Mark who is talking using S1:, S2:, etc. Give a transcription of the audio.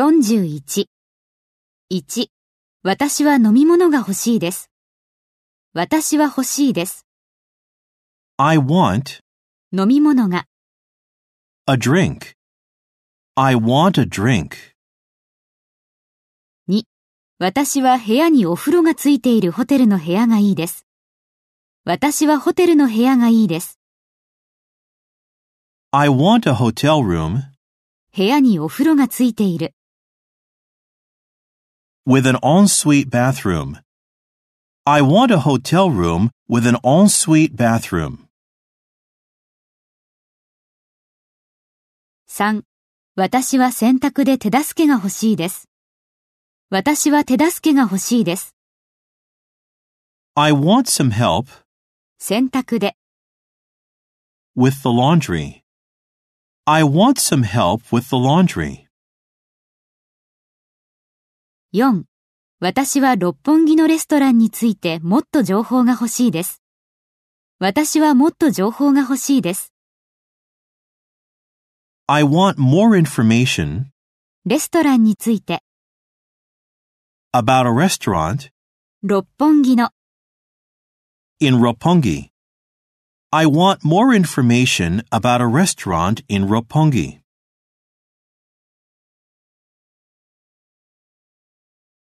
S1: 41。1、私は飲み物が欲しいです。私は欲しいです。
S2: I want
S1: 飲み物が
S2: a drink. I want a drink.
S1: 2、私は部屋にお風呂がついているホテルの部屋がいいです。私はホテルの部屋がいいです。
S2: I want a hotel room
S1: 部屋にお風呂がついている。
S2: with an ensuite bathroom. I want a hotel room with an ensuite bathroom.
S1: 3、私は洗濯で手助けが欲しいです。私は手助けが欲しいです。
S2: I want some help
S1: 洗濯で
S2: with the laundry. I want some help with the laundry.
S1: 4. 私は六本木のレストランについてもっと情報が欲しいです。私はもっと情報が欲しいです。
S2: I want more information
S1: レストランについて、
S2: about a restaurant
S1: 六本木の
S2: in Roppongi. I want more information about a restaurant in Roppongi.